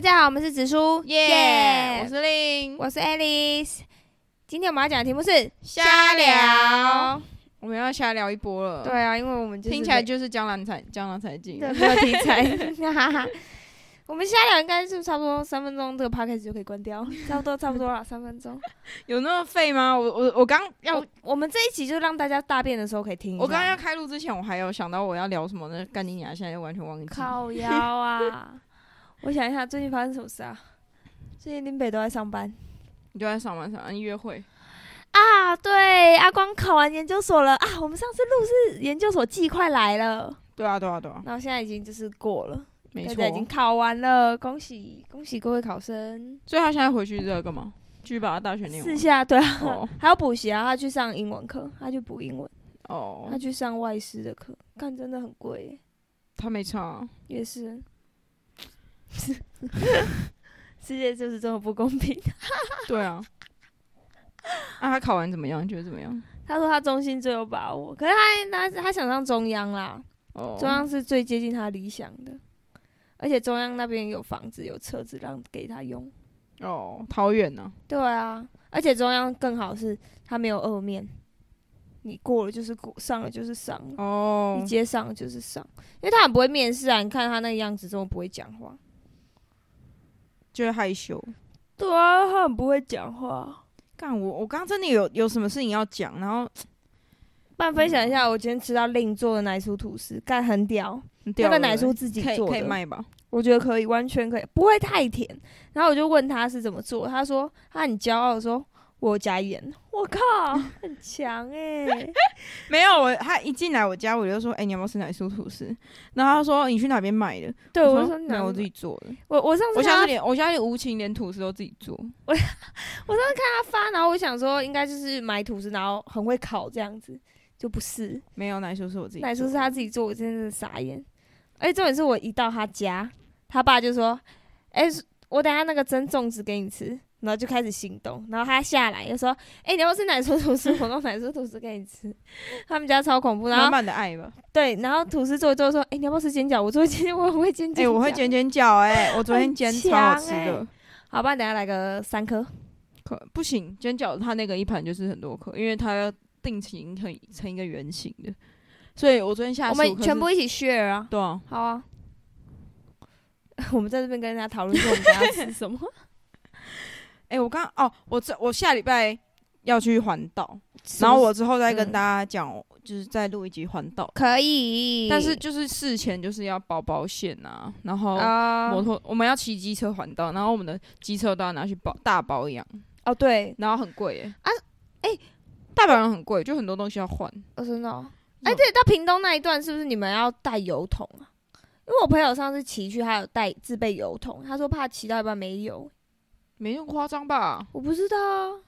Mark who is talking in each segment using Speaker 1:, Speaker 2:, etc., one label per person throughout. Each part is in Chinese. Speaker 1: 家好，我们是紫苏，
Speaker 2: 耶、
Speaker 1: 耶
Speaker 2: 我是令，
Speaker 1: 我是 Alice。今天我们要讲的题目是
Speaker 2: 瞎聊，我们要瞎聊一波了。，
Speaker 1: 对啊，因为我们就是
Speaker 2: 听起来就是江郎才江郎才尽。
Speaker 1: 对没有题材，哈哈。 我们瞎聊应该是差不多三分钟，这个 podcast 就可以关 掉，差不多差不多啦，三分钟。
Speaker 2: 有那么废吗？我我我刚 要
Speaker 1: 我我们这一集就让大家大便的时候可以听一下。
Speaker 2: 我刚刚要开录之前，我还有想到我要聊什么呢？干你娘！现在完全忘 记。
Speaker 1: 靠腰啊！我想一下，最近发生什么事啊？最近林北都在上班
Speaker 2: 你就在上班上班约会，
Speaker 1: 啊。对，阿光考完研究所了啊。我们上次录是研究所季快来了，
Speaker 2: 对啊对啊对啊，
Speaker 1: 然后现在已经就是过了，
Speaker 2: 没
Speaker 1: 大
Speaker 2: 错
Speaker 1: 家。已经考完了，恭喜恭喜各位考生。
Speaker 2: 所以他现在回去这个干嘛？继续把他大学念
Speaker 1: 四
Speaker 2: 完。
Speaker 1: 下对啊，
Speaker 2: 哦
Speaker 1: 还要补习啊，他去上英文课，他去补英文，他
Speaker 2: 哦，
Speaker 1: 去上外师的课，看真的很贵耶。
Speaker 2: 他没唱啊。
Speaker 1: 也是， 世界就是这么不公平。
Speaker 2: 对啊。那、他考完怎么样？觉得怎么样？
Speaker 1: 他说他中心最有把握，可是他他他想上中央啦，
Speaker 2: 哦，
Speaker 1: 中央是最接近他理想的，而且中央那边有房子有车子让给他用。
Speaker 2: 哦，桃园呢、
Speaker 1: 对啊，而且中央更好是他没有二面，你过了就是过，上了就是上了。
Speaker 2: 哦
Speaker 1: 你，接上了就是上，因为他很不会面试啊！你看他那个样子，这么不会讲话。
Speaker 2: 就是害羞。
Speaker 1: 对啊，他很不会讲话。
Speaker 2: 干我，我刚刚真的有有什么事情要讲，然后
Speaker 1: 不然分享一下，我今天吃到另做的奶酥吐司，干很屌，那
Speaker 2: 掉了欸
Speaker 1: 个奶酥自己
Speaker 2: 可以
Speaker 1: 做
Speaker 2: 可以
Speaker 1: 的，
Speaker 2: 卖吧？
Speaker 1: 我觉得可以，完全可以，不会太甜。然后我就问他是怎么做，他说他很骄傲的说，我有加盐。我靠，
Speaker 2: 嗯
Speaker 1: 很强 哎、
Speaker 2: 没有，我他一进来我家我就说，哎、你要不要吃奶酥吐司？然后他说你去哪边买的？
Speaker 1: 对，我
Speaker 2: 我
Speaker 1: 就说
Speaker 2: 没有，我自
Speaker 1: 己，
Speaker 2: 己做的。
Speaker 1: 我我上次
Speaker 2: 我
Speaker 1: 看
Speaker 2: 现在
Speaker 1: 他
Speaker 2: 连我现在连无情连吐司都自己做，
Speaker 1: 他发，然后我想说应该就是买吐司，然后很会烤这样子，就不是。
Speaker 2: 没有奶酥是我自己做的。
Speaker 1: 奶酥是他自己做，我真的是傻眼。而且重点是我一到他家，他爸就说：“哎、我等下那个蒸粽子给你吃。”然后就开始行动，然后他下来又说：“哎、你要不要吃奶酥吐司？ 我弄奶酥吐司给你吃。”他们家超恐怖。然
Speaker 2: 满
Speaker 1: 后
Speaker 2: 满的爱吧。
Speaker 1: 对，然后吐司做一做说：“哎、你要不要吃煎饺？我做煎， 我很会煎饺。”
Speaker 2: 哎、我会煎。煎饺，哎，我昨天煎超好吃
Speaker 1: 很强
Speaker 2: 的
Speaker 1: 欸。好吧，等下来个三颗。
Speaker 2: 可不行，煎饺它那个一盘就是很多颗，因为它要定型成成一个圆形的，所以我昨天下
Speaker 1: 我
Speaker 2: 15
Speaker 1: 们
Speaker 2: 颗
Speaker 1: 全
Speaker 2: 是
Speaker 1: 部一起 share 啊。
Speaker 2: 对啊，
Speaker 1: 好啊。我们在这边跟大家讨论说我们等下吃什么。
Speaker 2: 哎、我刚哦，我这我下礼拜要去环岛， 然后我之 后再跟
Speaker 1: 嗯
Speaker 2: 大家讲，就是再录一集环岛。
Speaker 1: 可以，
Speaker 2: 但是就是事前就是要保保险啊，然后
Speaker 1: 啊、
Speaker 2: 摩托、我们要骑机车环岛，然后我们的机车都要拿去保大保养，
Speaker 1: 哦，对，
Speaker 2: 然后很贵耶、
Speaker 1: 啊哎
Speaker 2: 大保养很贵，就很多东西要换。
Speaker 1: 哦，真的、哦。哎、对，到屏东那一段是不是你们要带油桶啊？因为我朋友上次骑去，他有带自备油桶，他说怕骑到一半没油，
Speaker 2: 没那么夸张吧？
Speaker 1: 我不知道啊，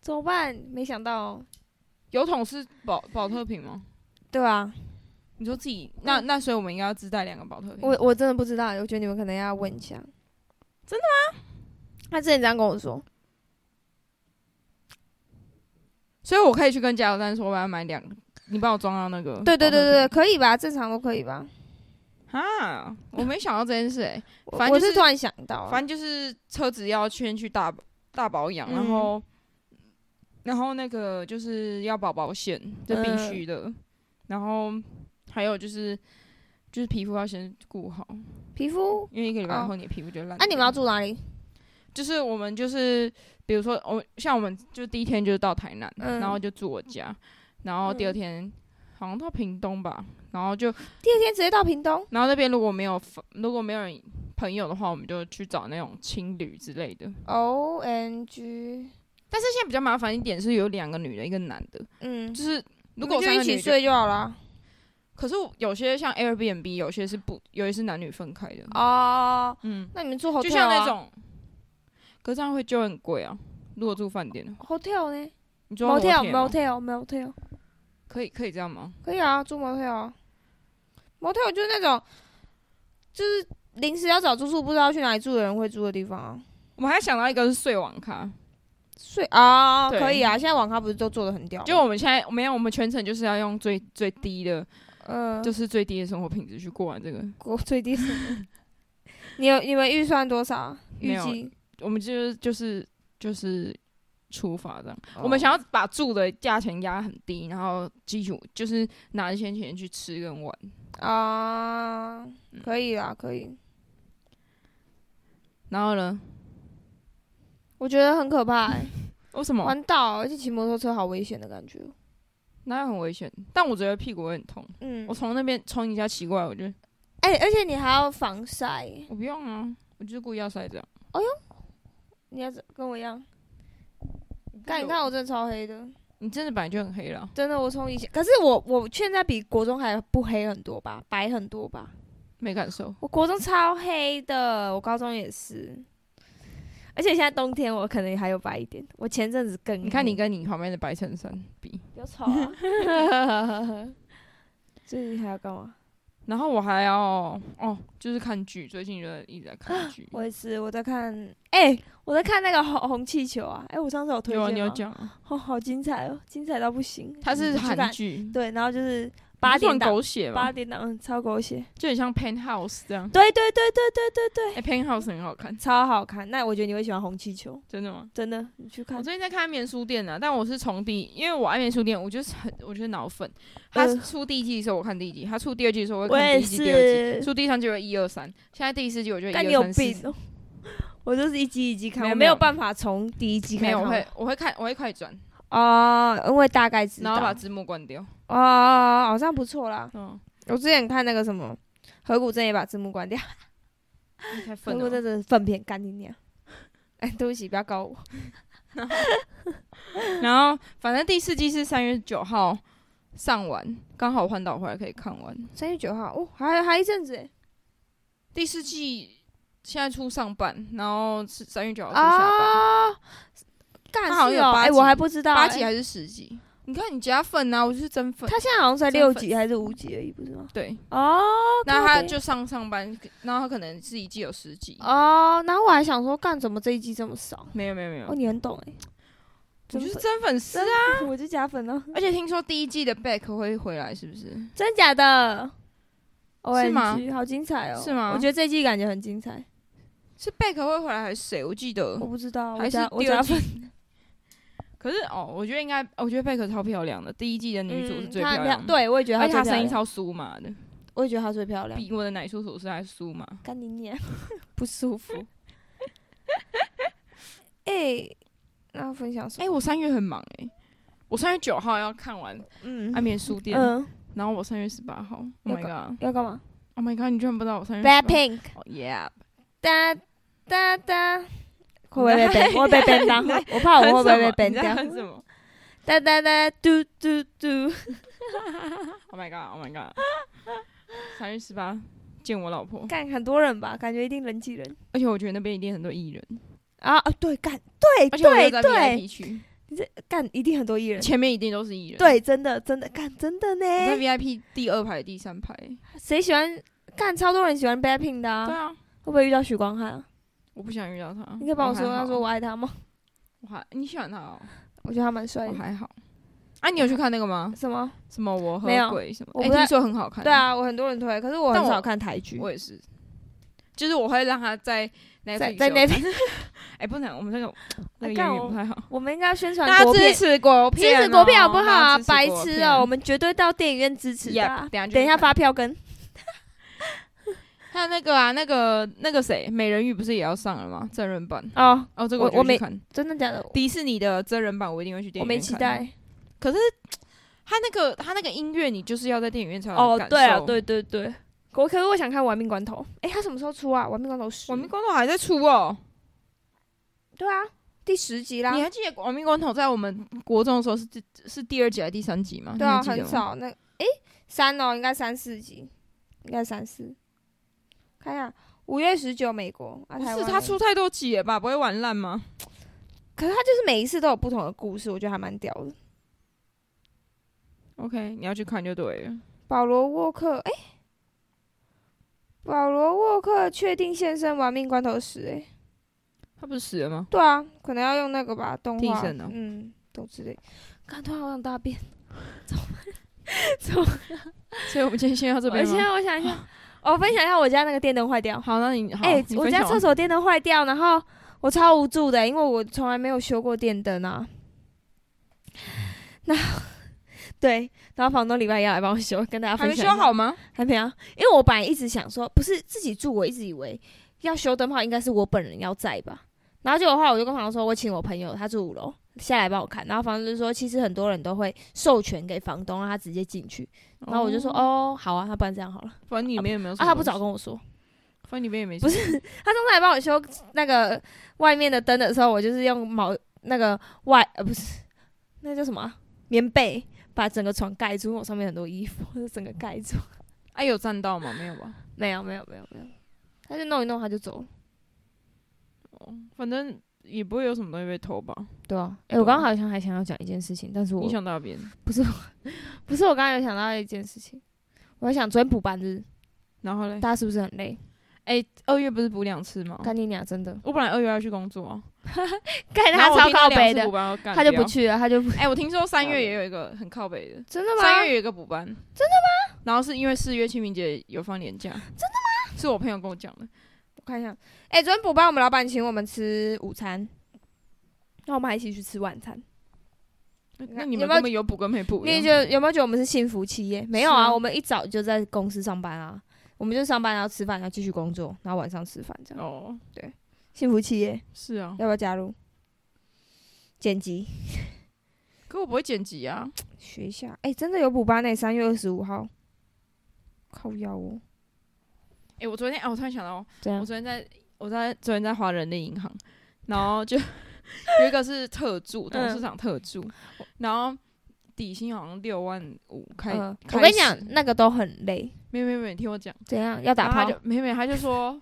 Speaker 1: 怎么办？没想到哦，
Speaker 2: 油桶是保保特瓶吗？
Speaker 1: 对啊，
Speaker 2: 你说自己那那所以我们应该要自带两个保特瓶。
Speaker 1: 嗯我我真的不知道，我觉得你们可能要问一下，
Speaker 2: 真
Speaker 1: 的吗？他之前这样跟我说，
Speaker 2: 所以我可以去跟加油站说我要买两，你帮我装到那个。
Speaker 1: 对对对对对，。可以吧？正常都可以吧？
Speaker 2: 啊，我没想到这件事哎、
Speaker 1: 我
Speaker 2: 反正
Speaker 1: 我
Speaker 2: 就是
Speaker 1: 是突然想到啊，
Speaker 2: 反正就是车子要先去大大保养，
Speaker 1: 嗯
Speaker 2: 然后然后那个就是要保保险，这
Speaker 1: 呃
Speaker 2: 必须的。然后还有就是就是皮肤要先顾好，
Speaker 1: 皮肤。
Speaker 2: 因为一个礼拜后你的皮肤就烂掉。
Speaker 1: 那、哦啊你们要住哪里？
Speaker 2: 就是我们就是比如说我像我们就第一天就是到台南，
Speaker 1: 嗯
Speaker 2: 然后就住我家，然后第二
Speaker 1: 嗯
Speaker 2: 天好像到屏东吧，然后就
Speaker 1: 第二天直接到屏东，
Speaker 2: 然后那边如果没有如果没有人朋友的话，我们就去找那种青旅之类的。
Speaker 1: O N G，
Speaker 2: 但是现在比较麻烦一点是有两个女的，一个男的，
Speaker 1: 嗯
Speaker 2: 就，是
Speaker 1: 你
Speaker 2: 如
Speaker 1: 们
Speaker 2: 果我
Speaker 1: 就
Speaker 2: 三个
Speaker 1: 一
Speaker 2: 女
Speaker 1: 起
Speaker 2: 的，
Speaker 1: 睡就好了。啊
Speaker 2: 可是有些像 Airbnb，有些是不，有些是男女分开的，
Speaker 1: 哦，
Speaker 2: 嗯，
Speaker 1: 那你们住 hotel
Speaker 2: 就像那
Speaker 1: 啊
Speaker 2: 种，可是这样会就很贵啊。如果住饭店的，
Speaker 1: hotel 呢
Speaker 2: 你住
Speaker 1: motel
Speaker 2: motel 吗
Speaker 1: motel motel
Speaker 2: 可以可以这样吗？
Speaker 1: 可以啊，住 motel 啊，motel 就是那种就是临时要找住宿不知道去哪里住的人会住的地方啊。
Speaker 2: 我还想到一个是睡网咖，
Speaker 1: 睡啊，
Speaker 2: 对
Speaker 1: 可以啊，现在网咖不是都做的很屌吗？
Speaker 2: 就我们现在没有，我们全程就是要用最最低的，
Speaker 1: 嗯，
Speaker 2: 就
Speaker 1: 就是
Speaker 2: 最低的生活品质去过完这个。
Speaker 1: 国最低什么？你有你们预算多少？
Speaker 2: 没
Speaker 1: 预
Speaker 2: 有
Speaker 1: 计
Speaker 2: 我们就是就是就是出发这样。
Speaker 1: 哦
Speaker 2: 我们想要把住的价钱压很低，然后基础就是拿一些钱去吃跟玩。
Speaker 1: 啊，
Speaker 2: 嗯
Speaker 1: 可以啦，可以。
Speaker 2: 然后呢，
Speaker 1: 我觉得很可 怕、欸，
Speaker 2: 为什么？
Speaker 1: 环岛而且骑摩托车好危险的感觉。
Speaker 2: 那很危险，但我觉得屁股会很痛。
Speaker 1: 嗯
Speaker 2: 我，从那边从你家骑过来，我就
Speaker 1: 哎、而且你还要防晒，
Speaker 2: 我不用啊，我就是故意要晒这样。
Speaker 1: 你要跟我一样。但你看我真的超黑的，
Speaker 2: 你真的本来就很黑了，
Speaker 1: 真的，我从以前，可是我我现在比国中还不黑很多吧，白很多吧。
Speaker 2: 没感受。
Speaker 1: 我国中超黑的，我高中也是，而且现在冬天我可能还有白一点。我前阵子更黑，
Speaker 2: 你看你跟你旁边的白衬衫比，
Speaker 1: 有丑 啊！最近还要干嘛？
Speaker 2: 然后我还要哦，就是看剧，最近就一直在看剧。
Speaker 1: 我也是，我在看，哎、我在看那个红红气球啊，哎、我上次有推荐
Speaker 2: 有啊，你有
Speaker 1: 吗
Speaker 2: 讲啊，
Speaker 1: 哦，好精彩哦，精彩到不行。
Speaker 2: 它是
Speaker 1: 你去看
Speaker 2: 韩剧，
Speaker 1: 对，然后就是八
Speaker 2: 算
Speaker 1: 点档，
Speaker 2: 狗血吧
Speaker 1: 八，点档嗯超狗血，
Speaker 2: 就很像 Penthouse 这样。
Speaker 1: 对对对对对对对，
Speaker 2: 哎，Penthouse 很好看，
Speaker 1: 超好看。那我觉得你会喜欢红气球，
Speaker 2: 真的吗？
Speaker 1: 真的，你去看
Speaker 2: 我。最近在看《安眠书店》啊，但我是从第，因为我《安眠书店》，我就是很，我就是脑粉。他
Speaker 1: 嗯
Speaker 2: 出第一季的时候，我看第一季；他出第二季的时候，我会
Speaker 1: 我
Speaker 2: 看
Speaker 1: 也
Speaker 2: 第一季、第二
Speaker 1: 是
Speaker 2: 季；出第三季，我一二三。现在第四季，我就一
Speaker 1: 但你
Speaker 2: 二
Speaker 1: 有
Speaker 2: 三四。
Speaker 1: 病哦！ 我就是一集一集看，
Speaker 2: 没
Speaker 1: 我
Speaker 2: 有没
Speaker 1: 没
Speaker 2: 有
Speaker 1: 有办法从第一集
Speaker 2: 没
Speaker 1: 开始
Speaker 2: 有，我
Speaker 1: 看
Speaker 2: 会我会看，我会快转，
Speaker 1: 哦，因为大概知
Speaker 2: 然后把
Speaker 1: 道
Speaker 2: 字幕 关掉。
Speaker 1: 哦，好像不错啦。
Speaker 2: 嗯，
Speaker 1: 我之前看那个什么河谷真也把字幕关掉，
Speaker 2: 你
Speaker 1: 河
Speaker 2: 太愤哦
Speaker 1: 谷
Speaker 2: 了
Speaker 1: 真。的是 粪便干你娘！哎，对不起，不要搞我。
Speaker 2: 然后反正第四季是三月九号上完，刚好换岛回来可以看完。
Speaker 1: 三月九号哦，还还一阵子哎
Speaker 2: 第四季现在出上半，然后是三月九号出下半。
Speaker 1: 啊，干
Speaker 2: 它好像
Speaker 1: 是
Speaker 2: 有
Speaker 1: 哦，
Speaker 2: 八
Speaker 1: 哎，
Speaker 2: 集
Speaker 1: 我还不知道
Speaker 2: 八
Speaker 1: 哎
Speaker 2: 集还是十集？你看你加粉啊，我就是真粉。
Speaker 1: 他现在好像才
Speaker 2: 真
Speaker 1: 六
Speaker 2: 粉
Speaker 1: 集还是五集而已，不是吗？
Speaker 2: 对，
Speaker 1: 哦
Speaker 2: 那
Speaker 1: 靠
Speaker 2: 他
Speaker 1: 北
Speaker 2: 就上上班，然后他可能是一季有十集。
Speaker 1: 哦，然后我还想说，干怎么这一季这么少？
Speaker 2: 没有没有没有，
Speaker 1: 哦，
Speaker 2: 我
Speaker 1: 你很懂哎，
Speaker 2: 就是真粉丝啊！
Speaker 1: 啊，我就假粉了，
Speaker 2: 而且听说第一季的 Back 会回来，是不是？
Speaker 1: 真假的
Speaker 2: 是吗
Speaker 1: ？OMG，好精彩哦！
Speaker 2: 是吗
Speaker 1: 我觉得这一季感觉很精彩，
Speaker 2: 是 Back 会回来还是谁？我记得
Speaker 1: 我不知道，哦我
Speaker 2: 嗯还是
Speaker 1: 假我
Speaker 2: 第二
Speaker 1: 假
Speaker 2: 季
Speaker 1: 粉，。
Speaker 2: 可是哦，我觉得应该，我觉得 Back 超漂亮的，第一季的女主是最
Speaker 1: 嗯她
Speaker 2: 漂
Speaker 1: 很
Speaker 2: 亮的，，
Speaker 1: 对我也觉得她
Speaker 2: 而且
Speaker 1: 最
Speaker 2: 她
Speaker 1: 漂
Speaker 2: 声音
Speaker 1: 亮，
Speaker 2: 超酥麻的，
Speaker 1: 我也觉得她最漂亮。
Speaker 2: 比我的奶叔所是还酥麻，
Speaker 1: 干你娘！
Speaker 2: 不舒服。
Speaker 1: 哎，那分享什
Speaker 2: 哎、
Speaker 1: 么？
Speaker 2: 我三月很忙哎、我三月九号要看完《
Speaker 1: 嗯
Speaker 2: 安眠书店》
Speaker 1: 嗯，
Speaker 2: 然后我三月十八号
Speaker 1: 要
Speaker 2: ，Oh my
Speaker 1: 搞
Speaker 2: god，Oh
Speaker 1: 要干嘛
Speaker 2: my god，你居然不知道我三月十八号
Speaker 1: ？Blackpink，
Speaker 2: 哦，Yeah，
Speaker 1: 哒哒哒，会 不会被 ban？我会被 ban 掉，我怕哦我会不会被 ban
Speaker 2: 掉？
Speaker 1: 掉
Speaker 2: 恨？什么
Speaker 1: 哒哒哒，嘟嘟嘟。
Speaker 2: ？Oh my god，Oh my god，三月十八见我老婆，
Speaker 1: 干很多人吧，感觉一定人挤人
Speaker 2: 而且我觉得那边一定很多艺人，
Speaker 1: 啊啊！对，干对
Speaker 2: 而且我又
Speaker 1: 对
Speaker 2: 在
Speaker 1: 对，
Speaker 2: VIP 区，
Speaker 1: 干一定很多艺人，
Speaker 2: 前面一定都是艺人，，
Speaker 1: 对，真的真的干真的呢。
Speaker 2: 我在 VIP 第二排、第三排，
Speaker 1: 谁喜欢干？超多人喜欢 Blackpink 的
Speaker 2: 对
Speaker 1: 啊，
Speaker 2: 啊，
Speaker 1: 会不会遇到许光汉啊？
Speaker 2: 我不想遇到他，
Speaker 1: 你可以帮我说，
Speaker 2: 还好
Speaker 1: 他说我爱他吗？
Speaker 2: 我还你喜欢他哦，
Speaker 1: 我觉得他蛮帅
Speaker 2: 我
Speaker 1: 的。
Speaker 2: 还好。啊，你有去看那个吗？
Speaker 1: 什么？
Speaker 2: 什么我和
Speaker 1: 没有
Speaker 2: 鬼什么？
Speaker 1: 我
Speaker 2: 哎，
Speaker 1: 不太
Speaker 2: 听说很好看。
Speaker 1: 对，啊，我很多人推，可是我
Speaker 2: 但
Speaker 1: 很
Speaker 2: 我
Speaker 1: 少看台剧。
Speaker 2: 我也是，就是我会让他在
Speaker 1: 在
Speaker 2: Netflix
Speaker 1: 在
Speaker 2: 有
Speaker 1: 那
Speaker 2: 看
Speaker 1: 边，
Speaker 2: 哎，不能，我们这个那个
Speaker 1: 干
Speaker 2: 英语
Speaker 1: 我
Speaker 2: 不太好。
Speaker 1: 我们应该要宣
Speaker 2: 大
Speaker 1: 传
Speaker 2: 家
Speaker 1: 国
Speaker 2: 支
Speaker 1: 片，
Speaker 2: 持国片哦，
Speaker 1: 支持国片好不好
Speaker 2: 大家
Speaker 1: 啊？
Speaker 2: 支持
Speaker 1: 白
Speaker 2: 国
Speaker 1: 痴
Speaker 2: 片
Speaker 1: 哦，我们绝对到电影院支持的
Speaker 2: Yep，
Speaker 1: 啊。
Speaker 2: 等下就
Speaker 1: 等一
Speaker 2: 去
Speaker 1: 下
Speaker 2: 看
Speaker 1: 发票根，
Speaker 2: 还有那个啊，那个那个谁，美人鱼不是也要上了吗？真人版
Speaker 1: 哦，
Speaker 2: 哦，这个
Speaker 1: 我
Speaker 2: 就
Speaker 1: 我
Speaker 2: 去
Speaker 1: 没
Speaker 2: 看
Speaker 1: 真的假的？
Speaker 2: 迪士尼的真人版，我一定会去电
Speaker 1: 我
Speaker 2: 影
Speaker 1: 没
Speaker 2: 院看。
Speaker 1: 期待。
Speaker 2: 可是他那个他那个音乐，你就是要在电影院才有
Speaker 1: 哦
Speaker 2: 感，
Speaker 1: 对啊，
Speaker 2: 受。
Speaker 1: 对对对，我可是我想看《玩命关头》诶，他什么时候出啊？《玩命关头十》？
Speaker 2: 亡命光头还在出哦，
Speaker 1: 对啊，第十集啦
Speaker 2: 你。还记得亡命光头在我们国中的时候是第是第二集还是第三集吗？
Speaker 1: 对啊，
Speaker 2: 你还记
Speaker 1: 很
Speaker 2: 得吗。
Speaker 1: 少那诶，三哦，应该三四集，应该三四。看一下，五月十九美国啊，
Speaker 2: 不
Speaker 1: 台
Speaker 2: 是
Speaker 1: 湾
Speaker 2: 他
Speaker 1: 没
Speaker 2: 出，太多集了吧？不会玩烂吗？
Speaker 1: 可是他就是每一次都有不同的故事，我觉得还蛮屌的。
Speaker 2: OK，你要去看就对了。
Speaker 1: 保罗沃克，诶，保罗沃克确定现身《玩命关头十》诶。
Speaker 2: 他不是死了吗？
Speaker 1: 对啊，可能要用那个吧，动
Speaker 2: 替
Speaker 1: 画，
Speaker 2: 身哦
Speaker 1: 嗯，都之类。看，突然好想大便。
Speaker 2: 所以我们今天先到这
Speaker 1: 我
Speaker 2: 边
Speaker 1: 现
Speaker 2: 吗？
Speaker 1: 在我想一下，我分享一下我家那个电灯坏掉。
Speaker 2: 好，那你好，
Speaker 1: 哎、
Speaker 2: 你
Speaker 1: 我
Speaker 2: 分
Speaker 1: 家
Speaker 2: 享啊
Speaker 1: 厕所电灯坏掉，然后我超无助的，因为我从来没有修过电灯啊。那对，然后房东礼拜一要来帮我修，跟大家
Speaker 2: 还
Speaker 1: 分
Speaker 2: 没
Speaker 1: 享一
Speaker 2: 修
Speaker 1: 下。
Speaker 2: 好吗？
Speaker 1: 还没有，啊因为我本来一直想说，不是自己住，我一直以为要修灯泡应该是我本人要在吧。然后结果后来我就跟房东说，我请我朋友，他住五楼下来帮我看。然后房东就说，其实很多人都会授权给房东，让他直接进去。然后我就说，，哦，好啊，那不然这样好了。
Speaker 2: 反正里面也没有什
Speaker 1: 啊，
Speaker 2: 么
Speaker 1: 他不
Speaker 2: 东
Speaker 1: 早跟我说，
Speaker 2: 西，反正里面也没不是
Speaker 1: 他上次来帮我修那个外面的灯的时候，我就是用毛那个外呃不是那叫什么啊棉被把整个床盖住，因为我上面很多衣服，我就整个盖住。
Speaker 2: 哎，有占到吗？没有吧？
Speaker 1: 没有没有没有没有，他就弄一弄他就走了。
Speaker 2: 哦反正也不会有什么东西被偷吧？
Speaker 1: 对啊，哎、
Speaker 2: 对啊
Speaker 1: 我刚刚好像还想要讲一件事情，但是我
Speaker 2: 你想到哪边？
Speaker 1: 不是我不是我刚刚有想到一件事情，我还想昨天补班日，
Speaker 2: 然后嘞，
Speaker 1: 大家是不是很累？
Speaker 2: 哎，二月不是补两次吗？
Speaker 1: 干你俩真的，
Speaker 2: 我本来二月要去工作啊，
Speaker 1: 干
Speaker 2: 然
Speaker 1: 他
Speaker 2: 后我
Speaker 1: 超
Speaker 2: 听到
Speaker 1: 靠
Speaker 2: 两
Speaker 1: 北
Speaker 2: 次
Speaker 1: 的
Speaker 2: 补，班我干
Speaker 1: 他就
Speaker 2: 掉
Speaker 1: 不。去了，他就不
Speaker 2: 哎，我听说三月也有一个很靠北的，
Speaker 1: 真的吗？
Speaker 2: 三月有一个补班，真的吗？然后是因为四月清明节有放年假，真的吗？是我朋友跟我讲的，
Speaker 1: 我看一下，哎、昨天补班我们老板请我们吃午餐，那我们还一起去吃晚餐。
Speaker 2: 那
Speaker 1: 看
Speaker 2: 那你
Speaker 1: 有没
Speaker 2: 们
Speaker 1: 有
Speaker 2: 根本有补跟没补一
Speaker 1: 你
Speaker 2: 样？
Speaker 1: 觉得有没有觉得我们是幸福企业？没有啊，
Speaker 2: 是啊
Speaker 1: 我们一早就在公司上班啊，我们就上班然后吃饭，然后继续工作，然后晚上吃饭这样。
Speaker 2: 哦，
Speaker 1: 幸福企业
Speaker 2: 是啊，
Speaker 1: 要不要加入？剪辑
Speaker 2: 可我不会剪辑啊，
Speaker 1: 学一下，哎、真的有补班呢、三月二十五号。靠腰哦，
Speaker 2: 哎、我昨天哎、我突然想到，
Speaker 1: 这
Speaker 2: 我
Speaker 1: 样
Speaker 2: 昨天在我在昨天在华人的银行，然后就 有一个是特助，董事长特助，然后底薪好像六万五开，
Speaker 1: 嗯
Speaker 2: 开
Speaker 1: 我跟你
Speaker 2: 始
Speaker 1: 讲，，那个都很累。
Speaker 2: 没有没有没有，你听我讲，
Speaker 1: 怎样？要打
Speaker 2: 然后他
Speaker 1: 炮？
Speaker 2: 就没有没有，他就说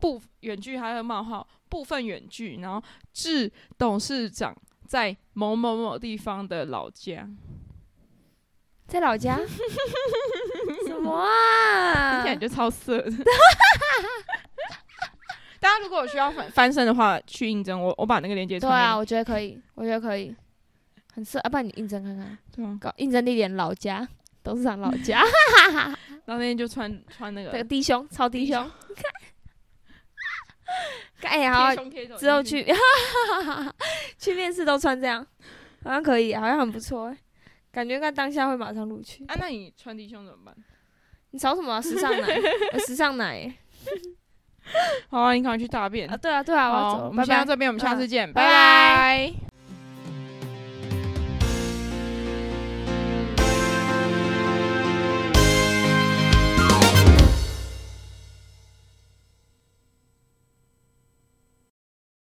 Speaker 2: 部远距，他的冒号部分远距，然后致董事长在某某某地方的老家，
Speaker 1: 在老家？ 什么啊？
Speaker 2: 听起来就超色的。 大家如果有需要翻翻身的话，去应征我，我把那个链接
Speaker 1: 对
Speaker 2: 传给你
Speaker 1: 啊，我觉得可以，我觉得可以，很适合。要、啊不然你应征看看，
Speaker 2: 对啊，
Speaker 1: 搞应征地点老家， 董事长老 家，
Speaker 2: 然后那天就穿穿那个
Speaker 1: 这个低胸，超低胸。看， 哎、
Speaker 2: 贴
Speaker 1: 好，
Speaker 2: 胸贴手
Speaker 1: 之后
Speaker 2: 进
Speaker 1: 去， 去面试都穿这样，好像可以，好像很不错哎、感觉在当下会马上录取。
Speaker 2: 啊，那你穿低胸怎么办？
Speaker 1: 你吵什么啊、时尚 奶，我时尚奶、
Speaker 2: 好啊，你赶快去大便
Speaker 1: 啊，。对啊，对啊，我要
Speaker 2: 好，
Speaker 1: 走，
Speaker 2: 我
Speaker 1: 拜
Speaker 2: 们先到
Speaker 1: 拜。嗯
Speaker 2: 这边，我们下次见，
Speaker 1: 拜
Speaker 2: 拜拜。